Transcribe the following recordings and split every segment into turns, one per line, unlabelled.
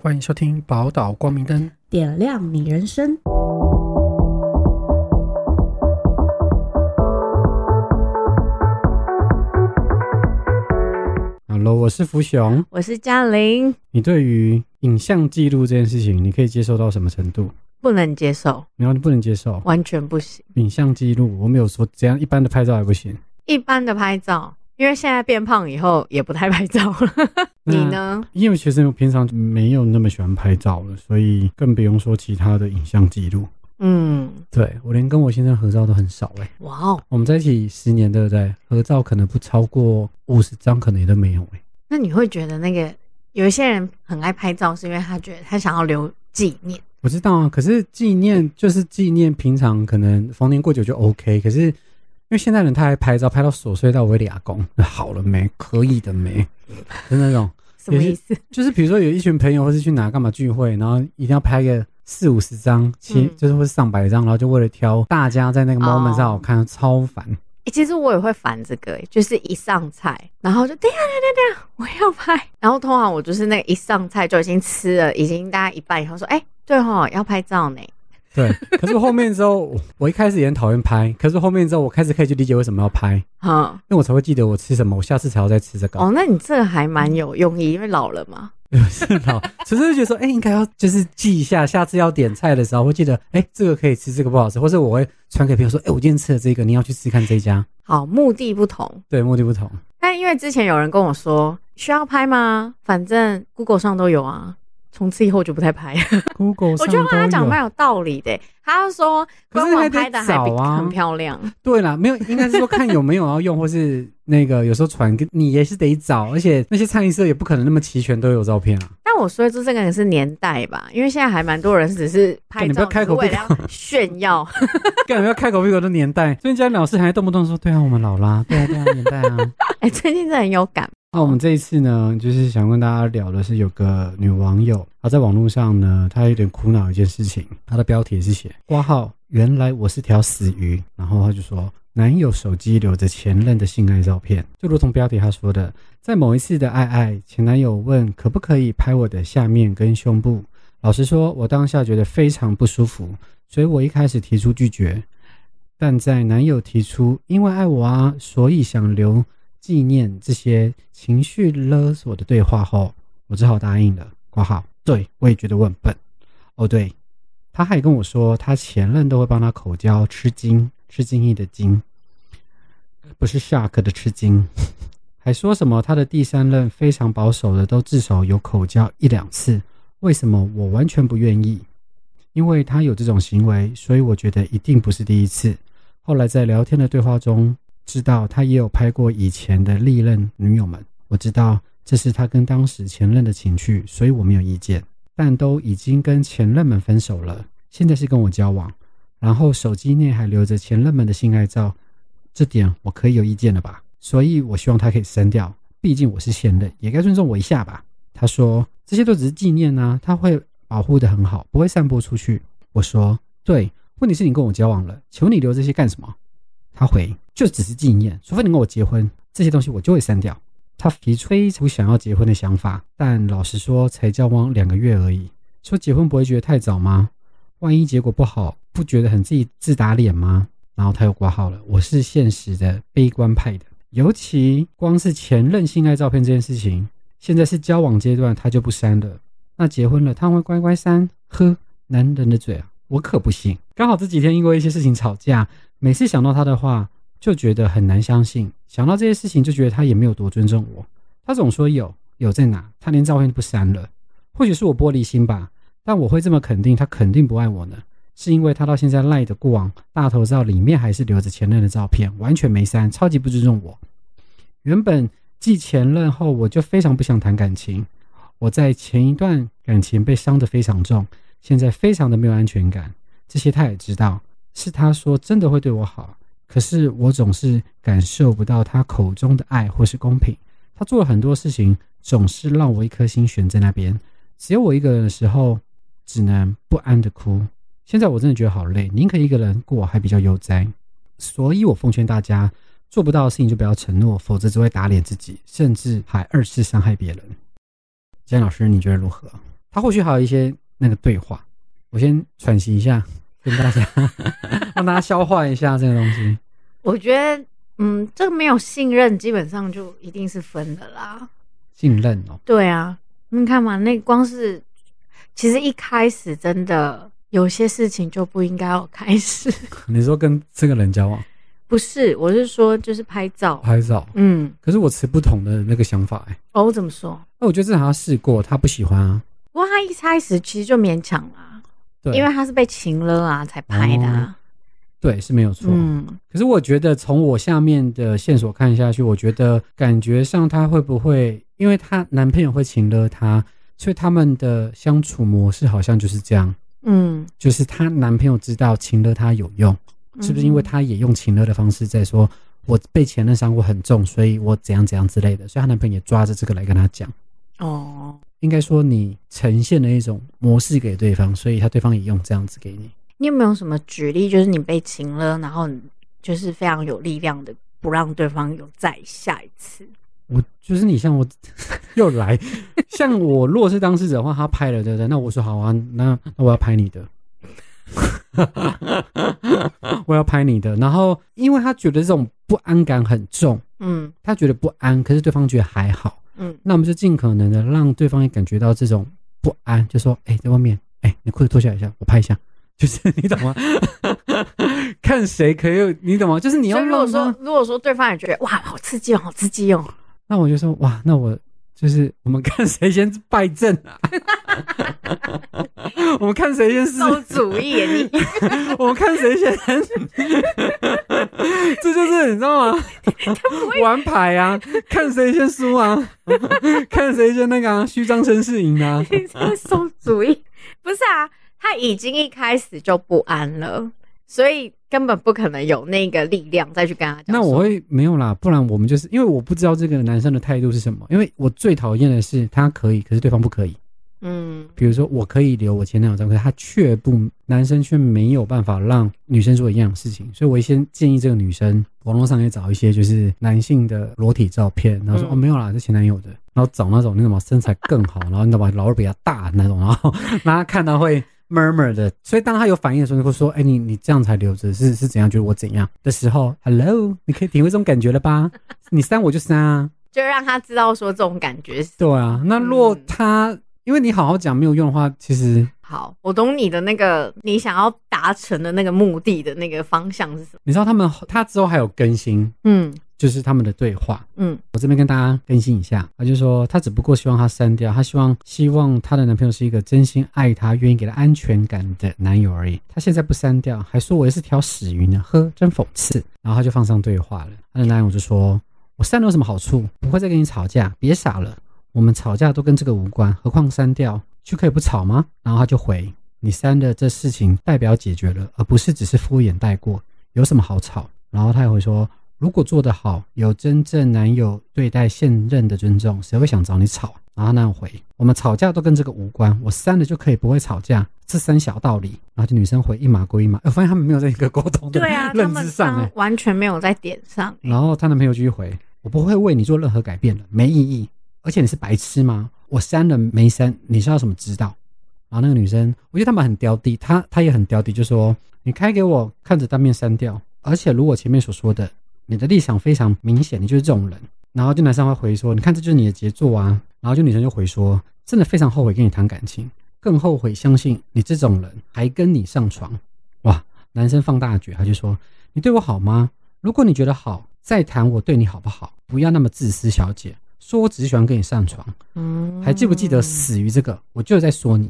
欢迎收听《宝岛光明灯》。
点亮你人生。
Hello，我是福雄。
我是嘉玲，
你对于影像记录这件事情，你可以接受到什么程度？
不能接受，
然后你不能接受
完全不行。
影像记录，我没有说怎样，一般的拍照也不行。
一般的拍照，因为现在变胖以后也不太拍照了。
那
你呢？
因为学生平常没有那么喜欢拍照了，所以更不用说其他的影像记录。
嗯，
对我连跟我先生合照都很少哎、
哇哦，
我们在一起十年，对不对？合照可能不超过五十张，可能也都没有哎、
那你会觉得那个有一些人很爱拍照，是因为他觉得他想要留纪念。
我知道啊，可是纪念就是纪念，平常可能逢年过节就 OK，可是因为现在人太爱拍照，拍到琐碎到我会俩公， 好了没？可以的没？就那种，
什么意思？
就是比如说有一群朋友，或是去哪干嘛聚会，然后一定要拍个四五十张，七、
嗯
就是或是上百张，然后就为了挑大家在那个 moment 上好看，超烦。
欸其实我也会烦这个、欸就是一上菜，然后就等一下等一下 等一下，我要拍。然后通常我就是那个一上菜就已经吃了，已经大概一半以后说，哎、对哦，要拍照呢。
对，可是后面之后，我我一开始也很讨厌拍，可是后面之后，我开始可以去理解为什么要拍，因
嗯，
为我才会记得我吃什么，我下次才要再吃这个。
哦，那你这个还蛮有用意，因为老了嘛。
是老，只是就觉得说，哎、应该要就是记一下，下次要点菜的时候会记得，哎、这个可以吃，这个不好吃，或者我会传给朋友说，哎、我今天吃了这个，你要去吃看这一家。
好，目的不同，
对，目的不同。
但因为之前有人跟我说需要拍吗？反正 Google 上都有啊。从此以后我就不太拍了，
Google
我
上
觉得他讲
都有
蛮有道理的、欸他说
可
官
是还
网
得
拍的还比
找啊
很漂亮，
对啦，没有，应该是说看有没有要用，或是那个有时候传给你也是得找，而且那些餐饮社也不可能那么齐全都有照 片啊。
但我说这这个是年代吧，因为现在还蛮多人只是拍
干你不要
照
开
只
口
是
闭口
为了要炫耀，
干嘛要开口闭口的年代？所以家里老师还动不动说，对啊，我们老啦，对啊，对啊，年代啊。
哎、最近真的很有感，
那我们这一次呢，就是想跟大家聊的是，有个女网友，她在网络上呢，她有点苦恼一件事情，她的标题是写“挂号原来我是条死鱼”，然后她就说男友手机留着前任的性爱照片，就如同标题她说的，在某一次的爱爱，前男友问可不可以拍我的下面跟胸部，老实说，我当下觉得非常不舒服，所以我一开始提出拒绝，但在男友提出因为爱我啊，所以想留纪念这些情绪勒索的对话后，我只好答应了。挂号，对我也觉得我很笨。哦，对，他还跟我说，他前任都会帮他口交吃惊，吃惊异的惊，不是 shark 的吃惊， 还说什么他的第三任非常保守的，都至少有口交一两次。为什么我完全不愿意？因为他有这种行为，所以我觉得一定不是第一次。后来在聊天的对话中，知道他也有拍过以前的历任女友们，我知道这是他跟当时前任的情绪，所以我没有意见。但都已经跟前任们分手了，现在是跟我交往，然后手机内还留着前任们的性爱照，这点我可以有意见了吧？所以我希望他可以删掉，毕竟我是前任，也该尊重我一下吧。他说这些都只是纪念啊，他会保护的很好，不会散播出去。我说对，问题是你跟我交往了，请问你留这些干什么？他回就只是纪念，除非你跟我结婚，这些东西我就会删掉。他提出非常想要结婚的想法，但老实说，才交往两个月而已，说结婚不会觉得太早吗？万一结果不好，不觉得很自己自打脸吗？然后他又挂号了。我是现实的悲观派的，尤其光是前任性爱照片这件事情，现在是交往阶段，他就不删了。那结婚了，他会乖乖删？呵，男人的嘴啊，我可不信。刚好这几天因为一些事情吵架，每次想到他的话，就觉得很难相信。想到这些事情，就觉得他也没有多尊重我。他总说有，有在哪？他连照片都不删了。或许是我玻璃心吧，但我会这么肯定，他肯定不爱我呢。是因为他到现在赖的过往大头照里面还是留着前任的照片，完全没删，超级不尊重我。原本继前任后，我就非常不想谈感情。我在前一段感情被伤得非常重，现在非常的没有安全感。这些他也知道，是他说真的会对我好，可是我总是感受不到他口中的爱或是公平。他做了很多事情，总是让我一颗心悬在那边。只有我一个人的时候，只能不安的哭。现在我真的觉得好累，宁可一个人过还比较悠哉。所以我奉劝大家，做不到的事情就不要承诺，否则只会打脸自己，甚至还二次伤害别人。简老师，你觉得如何？他或许还有一些那个对话。我先喘息一下，跟大 家让大家消化一下这个东西。
我觉得，嗯，这个没有信任，基本上就一定是分的啦。
信任哦，
对啊，你看嘛，那光是其实一开始真的有些事情就不应该有开始。
你说跟这个人交往
不是，我是说就是拍照。
拍照，
嗯，
可是我持不同的那个想法哎、
哦，我怎么说？
那我觉得至少他试过，他不喜欢啊。
不过他一开始其实就勉强啦，
对，
因为他是被擒了啊才拍的、啊。
对是没有错。
嗯，
可是我觉得从我下面的线索看下去，我觉得感觉上她会不会，因为她男朋友会请了她，所以他们的相处模式好像就是这样，
嗯，
就是她男朋友知道请了她有用，是不是因为
嗯
她也用请了的方式在说，我被前任伤过很重，所以我怎样怎样之类的，所以她男朋友也抓着这个来跟她讲。
哦？
应该说你呈现了一种模式给对方，所以他对方也用这样子给你。
你有没有什么举例？就是你被擒了，然后你就是非常有力量的，不让对方有再下一次。
我就是你像我 又来，像我若是当事者的话，他拍了对不对？那我说好啊，那那我要拍你的， 我要拍你的。然后因为他觉得这种不安感很重，
嗯
他觉得不安，可是对方觉得还好，
嗯
那我们就尽可能的让对方也感觉到这种不安，就说哎、在外面，哎、你裤子脱下来一下，我拍一下。就是你懂吗？ 看谁可以，你懂吗？就是你要
所以如果
让
说
他
如果说对方也觉得哇好刺激哦，好刺激哦，
那我就说哇，那我就是我们看谁先败阵啊， 我们看谁先 是，
馊主意耶你
我们看谁先，这就是你知道吗？玩牌啊，看谁先输啊， 看谁先那个啊，虚张声势赢啊。
你 这馊主意不是啊？他已经一开始就不安了，所以根本不可能有那个力量再去跟他讲说。
那我会没有啦，不然我们就是因为我不知道这个男生的态度是什么，因为我最讨厌的是他可以，可是对方不可以。
嗯
比如说，我可以留我前男友照片，可是他却不，男生却没有办法让女生做一样的事情，所以我先建议这个女生，网络上也找一些就是男性的裸体照片，然后说、
嗯
哦没有啦，是前男友的，然后找那种那种身材更好，然后你知道吧，老二比较大那种，然后让他看到会 murmur 的，所以当他有反应的时候，就会说，哎，你你这样才留着是是怎样，觉得我怎样的时候，hello，你可以体会这种感觉了吧？你删我就删啊。
就让他知道说这种感觉是
对啊，那若他、因为你好好讲没有用的话，其实
好。我懂你的那个你想要达成的那个目的的那个方向是什么？
你知道他们他之后还有更新，
嗯
就是他们的对话，
嗯
我这边跟大家更新一下。他就说他只不过希望他删掉，他希望希望他的男朋友是一个真心爱他、愿意给他安全感的男友而已。他现在不删掉，还说我也是条死鱼呢，呵，真讽刺。然后他就放上对话了，他的男友就说：“我删了有什么好处？不会再跟你吵架，别傻了。我们吵架都跟这个无关，何况删掉就可以不吵吗？”然后他就回：“你删的这事情代表解决了，而不是只是敷衍带过。有什么好吵？然后他也会说，如果做得好，有真正男友对待现任的尊重，谁会想找你吵啊？然后他男友回，我们吵架都跟这个无关，我删了就可以不会吵架，这三小道理。然后这女生回一码归一码，哎我发现他们没有在一个沟通的
对啊，他
认
们
知上、哎
刚完全没有在点上。
然后她男朋友继续回：“我不会为你做任何改变的，没意义。而且你是白痴吗？我删了没删，你是要什么指导？”然后那个女生，我觉得他们很刁地，她她也很刁地，就说：“你开给我看着当面删掉。而且如我前面所说的，你的立场非常明显，你就是这种人。”然后就男生会回说：“你看，这就是你的杰作啊。”然后就女生就回说：“真的非常后悔跟你谈感情，更后悔相信你这种人还跟你上床。”哇，男生放大绝，他就说：“你对我好吗？如果你觉得好，再谈我对你好不好？不要那么自私，小姐。说我只是喜欢跟你上床，
嗯，
还记不记得死于这个？我就是在说你，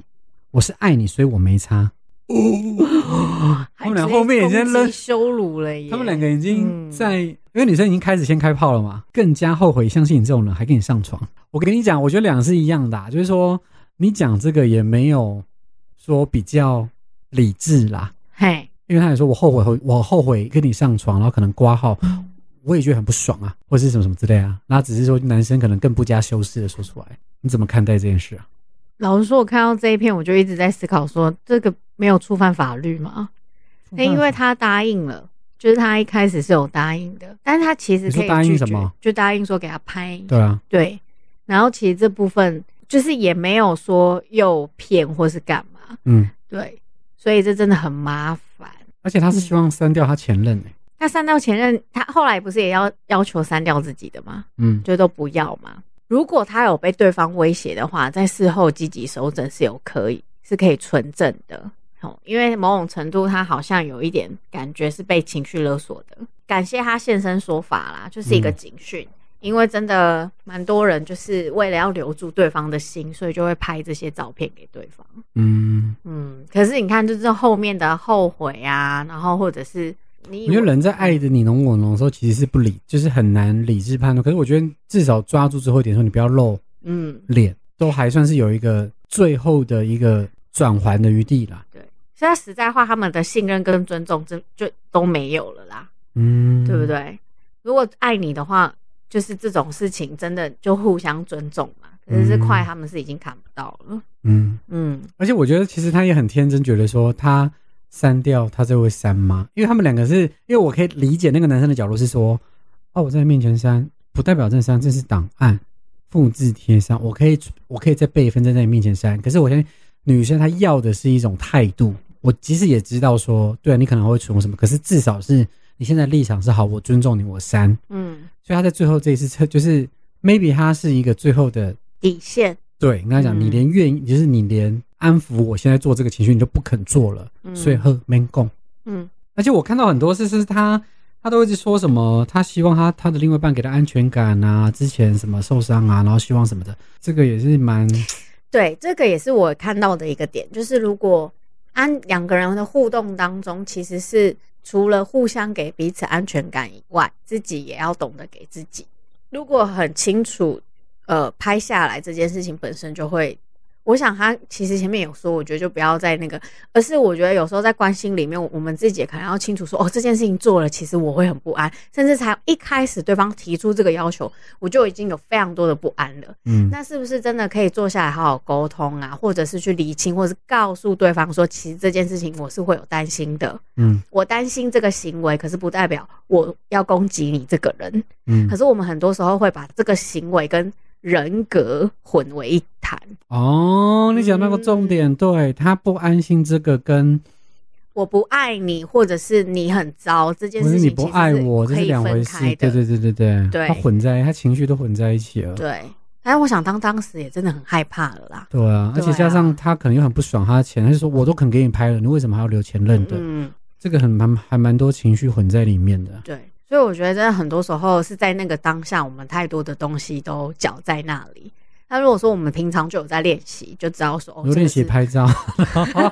我是爱你，所以我没差。
还
他们俩
直接
后面已经
攻击
扔
羞辱了耶。
他们两个已经
嗯
在，因为女生已经开始先开炮了嘛，更加后悔相信你这种人还跟你上床。我跟你讲，我觉得两个是一样的、啊，就是说你讲这个也没有说比较理智啦，
嘿，
因为他也说我后悔，我后悔跟你上床，然后可能挂号，我也觉得很不爽啊，或是什么什么之类啊。那只是说男生可能更不加修饰的说出来，你怎么看待这件事啊？
老实说，我看到这一篇，我就一直在思考说，这个没有触犯法律吗？那哎因为他答应了，就是他一开始是有答应的，但是他其实
你
可
说
以
答应
拒绝
什么？
就答应说给他拍，
对啊，
对。然后其实这部分就是也没有说诱骗或是干嘛，
嗯，
对，所以这真的很麻烦。
而且他是希望删掉他前任欸诶、
他删掉前任，他后来不是也要要求删掉自己的吗？
嗯，
就都不要嘛。如果他有被对方威胁的话，在事后积极收证是有可以是可以存证的。哦，因为某种程度他好像有一点感觉是被情绪勒索的。感谢他现身说法啦，就是一个
嗯
警讯。因为真的蛮多人就是为了要留住对方的心，所以就会拍这些照片给对方。
嗯，
嗯，可是你看，就是后面的后悔啊，然后或者是你以
因
为
为人在爱的你侬我侬的时候，其实是不理，就是很难理智判断。可是我觉得至少抓住最后一点说，你不要露
嗯，
脸，都还算是有一个最后的一个转圜的余地啦。
所以他实在话，他们的信任跟尊重就就都没有了啦，
嗯，
对不？对？如果爱你的话，就是这种事情真的就互相尊重嘛。可是是
嗯
快，他们是已经看不到了。
嗯，
嗯，
而且我觉得其实他也很天真，觉得说他删掉他就会删吗？因为他们两个是因为我可以理解那个男生的角度是说，哦，我在你面前删，不代表这删，这是档案，复制贴上，我可以我可以再备份在你面前删。可是我相信女生她要的是一种态度，我即使也知道说，对、啊、你可能会存我什么，可是至少是你现在立场是好，我尊重你，我删。
嗯，
所以他在最后这一次测，就是 maybe 他是一个最后的
底线，
对，跟他讲，
嗯
你连愿意，就是你连安抚我现在做这个情绪，你都不肯做了，
嗯
所以喝 man 共。
嗯
而且我看到很多事是他，他都一直说什么，他希望他他的另外一半给他安全感啊，之前什么受伤啊，然后希望什么的，这个也是蛮，
对，这个也是我看到的一个点，就是如果安两个人的互动当中，其实是除了互相给彼此安全感以外，自己也要懂得给自己。如果很清楚，呃，拍下来这件事情本身就会，我想他其实前面有说，我觉得就不要在那个，而是我觉得有时候在关心里面，我们自己也可能要清楚说，哦，这件事情做了，其实我会很不安，甚至才一开始对方提出这个要求，我就已经有非常多的不安了。
嗯
那是不是真的可以坐下来好好沟通啊，或者是去厘清，或者是告诉对方说，其实这件事情我是会有担心的，
嗯
我担心这个行为，可是不代表我要攻击你这个人。
嗯
可，是我们很多时候会把这个行为跟人格混为一谈，
哦，你讲那个重
嗯
点，对他不安心这个跟
我不爱你，或者是你很糟，这件
不
事
是
情
你不
其实
爱我，这
可
是
以
两回
分
事
开，的。
对对对对对，
对
他混在他情绪都混在一起了，
对。哎，我想当当时也真的很害怕了啦。
对啊，而
对
且加
啊
上他可能又很不爽他的前，他就说我都肯给你拍了，你为什么还要留前任的？
嗯，
这个很蛮还蛮多情绪混在里面的。
对，所以我觉得真的很多时候是在那个当下，我们太多的东西都搅在那里。那如果说我们平常就有在练习，就知道说哦
有，练习
这个
拍照，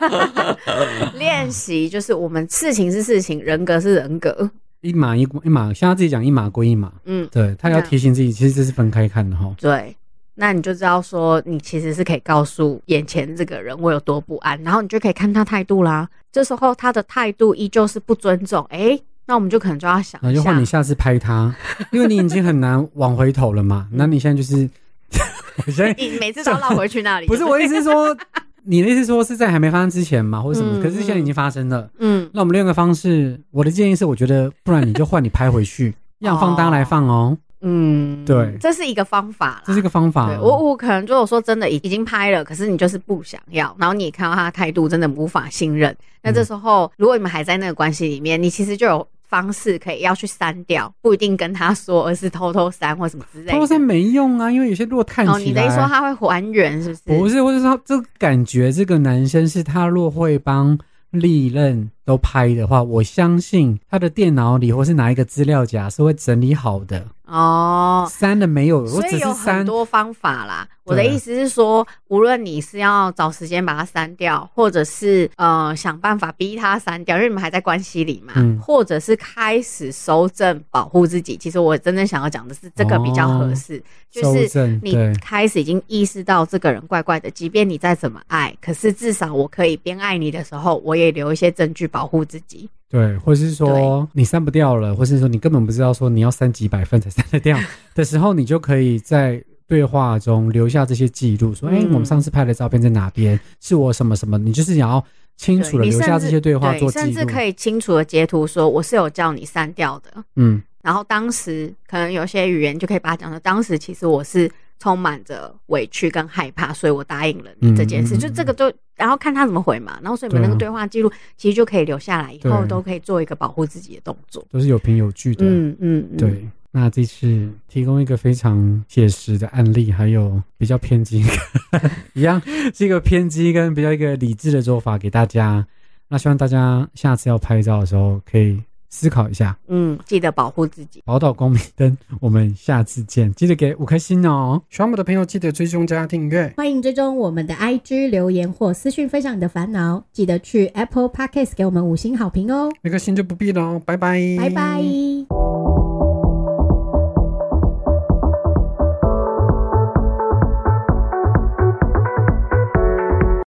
是练习就是我们事情是事情，人格是人格，
一码一一码，像他自己讲一码归一码。
嗯，
对他要
那
提醒自己，其实这是分开看的哈。
对。那你就知道说，你其实是可以告诉眼前这个人我有多不安，然后你就可以看他态度啦。这时候他的态度依旧是不尊重，诶，那我们就可能就要想
然后
一
就
下
换你，下次拍他，因为你已经很难往回头了
嗯
嘛。那你现在就是， 我现 在
你每次都要绕回去那里，
不是我意思是 说，你的意思是说是在还没发生之前嘛，或者什么？
嗯
可是现在已经发生了。
嗯，
那我们另一个方式，我的建议是，我觉得不然你就换你拍回 去，让放大来放哦，
嗯，
对
这是一个方法啦。
这是一个方法
对。我，我可能如果说真的已已经拍了，可是你就是不想要，然后你也看到他的态度真的无法信任，那
嗯
这时候、如果你们还在那个关系里面，你其实就有方式可以要去删掉，不一定跟他说，而是偷偷删或什么之类
他说
的。
现在没用啊，因为有些落探起来，
哦，你的意思说他会还原是不是？
不是，我是说这个感觉，这个男生是他若会帮历任都拍的话，我相信他的电脑里或是哪一个资料夹是会整理好的。
哦。
删了没有？我
所
只
以
是
有很
删。
多方法啦。我的
对啊
意思是说，无论你是要找时间把它删掉，或者是呃想办法逼他删掉，因为你们还在关系里嘛，
嗯
或者是开始收正保护自己。其实我真正想要讲的是，这个比较合适，就
收
是
正
你
对，
开始已经意识到这个人怪怪的，即便你再怎么爱，可是至少我可以边爱你的时候，我也留一些证据保护自己。
对，或是说你删不掉了，或是说你根本不知道说你要删几百份才删 得掉的时候，你就可以在对话中留下这些记录，说：“哎、
嗯
我们上次拍的照片在哪边？是我什么什么？”你就是想要清楚的
对你
留下
甚
这
至
些对话做记
甚至
录。
可以清楚的截图说我是有叫你删掉的，
嗯
然后当时可能有些语言就可以把它讲的，当时其实我是充满着委屈跟害怕，所以我答应了你这件
嗯嗯
事。
嗯
就这个就，然后看他怎么回嘛。然后所以我们
对啊
那个对话记录其实就可以留下来，以后
对
都可以做一个保护自己的动作。
都是有凭有据的。
嗯嗯，嗯，
对。那这次提供一个非常写实的案例，还有比较偏激， 一样是一个偏激跟比较一个理智的做法给大家。那希望大家下次要拍照的时候可以思考一下。
嗯，记得保护自己。
宝岛光明灯，我们下次见，记得给五颗星哦。
喜欢我们的朋友记得追踪加订阅。
欢迎追踪我们的 IG 留言或私讯分享你的烦恼，记得去 Apple Podcast 给我们五星好评哦，
那个心就不必了哦，拜拜，
拜拜。